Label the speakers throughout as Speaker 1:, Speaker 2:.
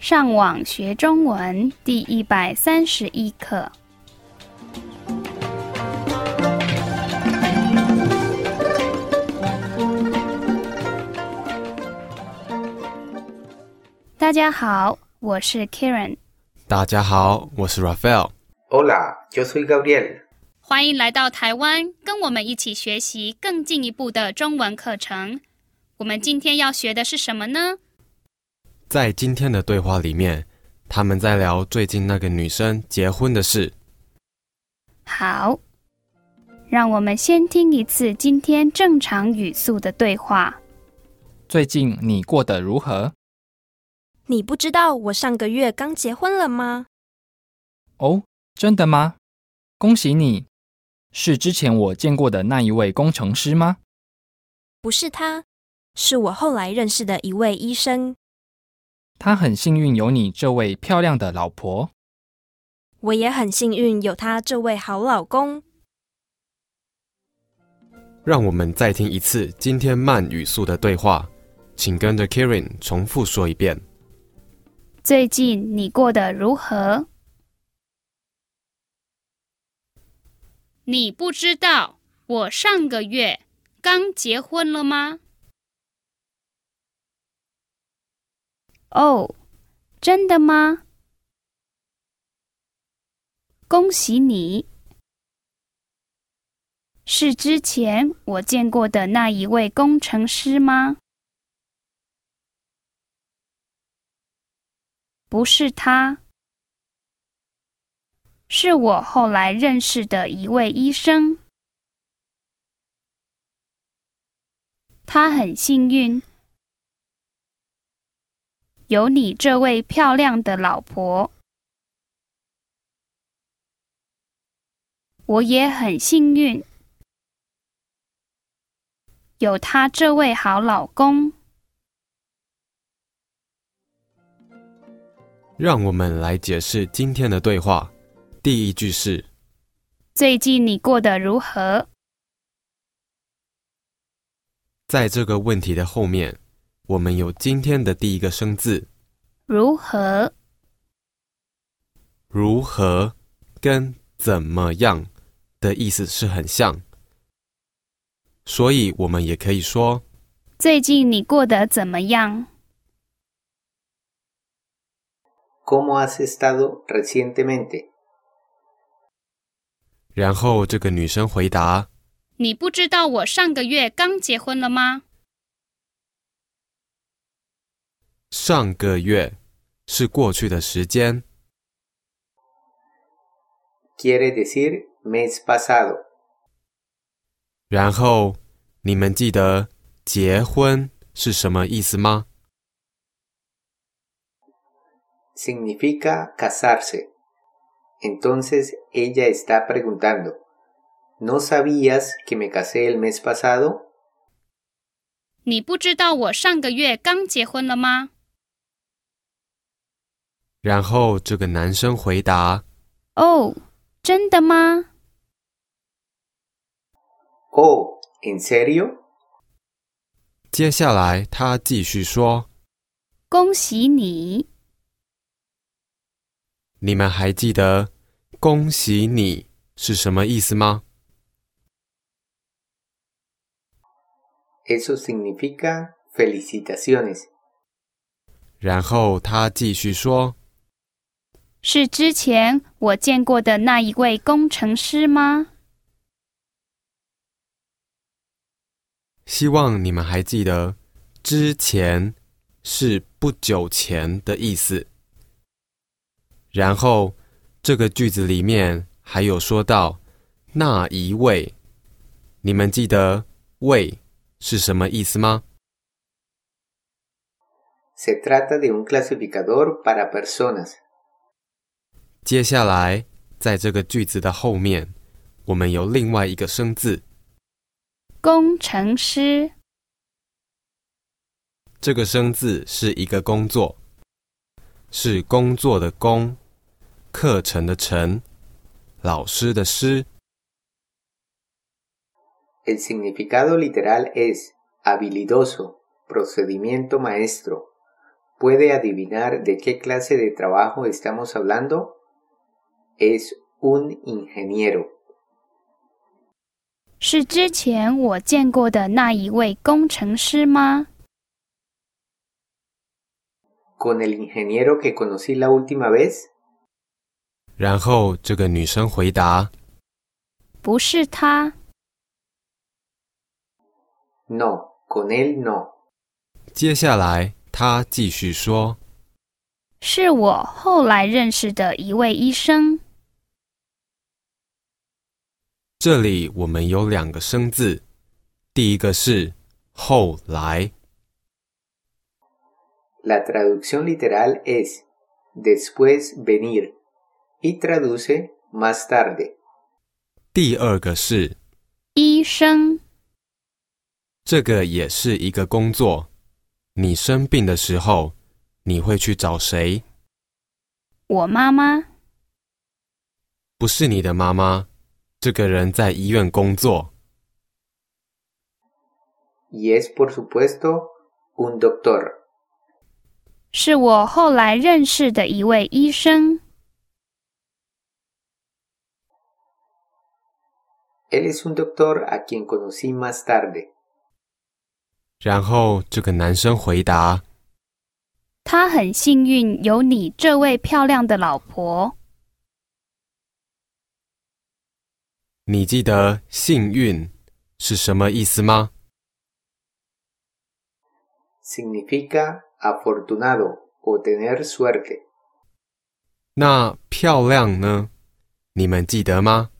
Speaker 1: 上网学中文第一百三十一课。大家好，我是 Karen，
Speaker 2: 大家好，我是 Raphael。
Speaker 3: Hola, yo soy Gabriel.
Speaker 1: 欢迎来到台湾，跟我们一起学习更进一步的中文课程。我们今天要学的是什么呢？
Speaker 2: 在今天的对话里面，他们在聊最近那个女生结婚的事。
Speaker 1: 好，让我们先听一次今天正常语速的对话。
Speaker 4: 最近你过得如何？
Speaker 5: 你不知道我上个月刚结婚了吗？
Speaker 4: 哦，真的吗？恭喜你！是之前我见过的那一位工程师吗？
Speaker 5: 不是他，是我后来认识的一位医生。
Speaker 4: 他很幸运有你这位漂亮的老婆。
Speaker 5: 我也很幸运有他这位好老公。
Speaker 2: 让我们再听一次今天慢语速的对话，请跟着 Karen 重复说一遍。
Speaker 1: 最近你过得如何？你不知道我上个月刚结婚了吗？哦，真的吗？恭喜你！是之前我见过的那一位工程师吗？不是他，是我后来认识的一位医生。他很幸运，有你这位漂亮的老婆。我也很幸运，有他这位好老公。
Speaker 2: 让我们来解释今天的对话。第一句是
Speaker 1: 最近你过得如何？
Speaker 2: 在这个问题的后面，我们有今天的第一个生字
Speaker 1: 如何？
Speaker 2: “如何”跟“怎么样”的意思是很像，所以我们也可以说
Speaker 1: 最近你过得怎么样？
Speaker 3: ¿Cómo has estado recientemente?
Speaker 2: 然后这个女生回答
Speaker 1: 你不知道我上个月刚结婚了吗？：“
Speaker 2: 上个月是过去的时间，
Speaker 3: Quiere decir mes pasado.
Speaker 2: 然后，你们记得结婚是什么意思吗？
Speaker 3: Significa casarse. Entonces ella está preguntando, ¿no sabías que me casé el mes pasado?
Speaker 1: 你不知道我上个月刚结婚了吗？
Speaker 2: 然后这个男生回答
Speaker 1: 哦，真的吗？
Speaker 3: Oh, ¿en serio?
Speaker 2: 接下来他继续说
Speaker 1: 恭喜你！：“
Speaker 2: 你们还记得‘恭喜你’是什么意思吗
Speaker 3: Eso significa felicitaciones.？”
Speaker 2: 然后他继续说
Speaker 1: 是之前我见过的那一位工程师吗？：“
Speaker 2: 希望你们还记得，之前是不久前的意思。”然后这个句子里面还有说到那一位，你们记得“位”是什么意思吗？
Speaker 3: Se trata de un clasificador para personas.
Speaker 2: 接下来，在这个句子的后面，我们有另外一个生字，
Speaker 1: 工程师
Speaker 2: 这个生字是一个工作，是工作的工，课程的程，老师的师。
Speaker 3: El significado literal es habilidoso, procedimiento maestro, puede adivinar de qué clase de trabajo estamos hablando? Es un ingeniero.
Speaker 1: 是之前我见过的那一位工程师吗？
Speaker 3: ¿Con el ingeniero que conocí la última vez?
Speaker 2: 然后这个女生回答
Speaker 1: 不是他，
Speaker 3: No, con él no.
Speaker 2: 接下来她继续说
Speaker 1: 是我后来认识的一位医生。：“
Speaker 2: 这里我们有两个生字，第一个是后来，
Speaker 3: La traducción literal es después venir y traduce más tarde.
Speaker 2: 第二个是
Speaker 1: 医生
Speaker 2: 这个也是一个工作。你生病的时候，你会去找谁？
Speaker 1: 我妈妈
Speaker 2: 不是你的妈妈。这个人在医院工作，
Speaker 3: Y es por supuesto un doctor.
Speaker 1: 是我后来认识的一位医生。
Speaker 3: Él es un doctor a quien conocí más tarde.
Speaker 2: 然后这个男生回答
Speaker 1: 他很幸运有你这位漂亮的老婆。：“
Speaker 2: 你记得‘幸运’是什么意思吗
Speaker 3: Significa afortunado o tener suerte.？”
Speaker 2: 那“漂亮”呢？你们记得吗？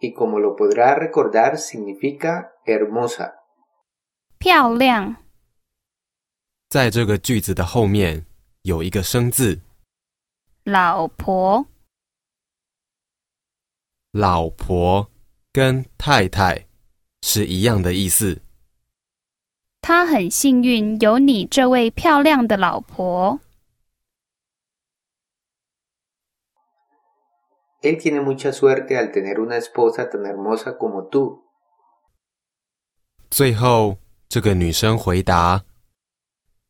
Speaker 3: Y como lo podrá recordar, significa hermosa.
Speaker 1: 漂亮
Speaker 2: 在这个句子的后面有一个生字
Speaker 1: 老婆
Speaker 2: “老婆”跟“太太”是一样的意思。
Speaker 1: 他很幸运有你这位漂亮的老婆。
Speaker 3: Él tiene mucha suerte al tener una esposa tan hermosa como tú.
Speaker 2: 最后，这个女生回答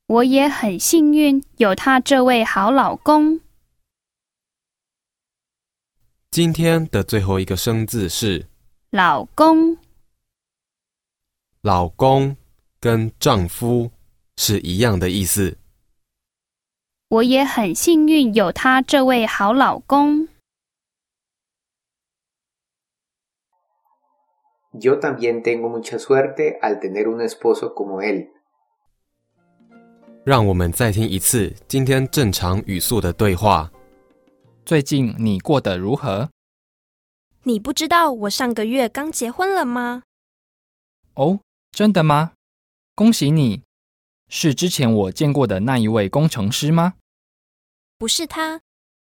Speaker 1: 我也很幸运有他这位好老公。：“
Speaker 2: 今天的最后一个生字是
Speaker 1: 老公
Speaker 2: ‘老公’跟‘丈夫’是一样的意思。
Speaker 1: 我也很幸运有他这位好老公。
Speaker 3: Yo también tengo mucha suerte al tener un esposo como él. ”
Speaker 2: 让我们再听一次今天正常语速的对话。
Speaker 4: 最近你过得如何？
Speaker 5: 你不知道我上个月刚结婚了吗？
Speaker 4: 哦，真的吗？恭喜你！是之前我见过的那一位工程师吗？
Speaker 5: 不是他，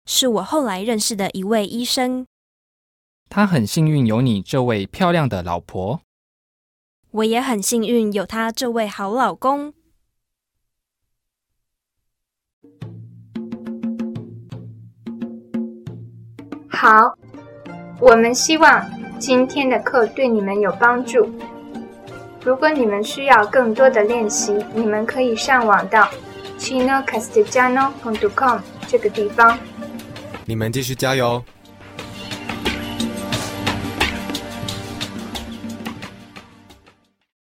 Speaker 5: 是我后来认识的一位医生。
Speaker 4: 他很幸运有你这位漂亮的老婆。
Speaker 5: 我也很幸运有他这位好老公。
Speaker 6: 好，我们希望今天的课对你们有帮助。如果你们需要更多的练习，你们可以上网到 chinocastellano.com 这个地方。
Speaker 2: 你们继续加油，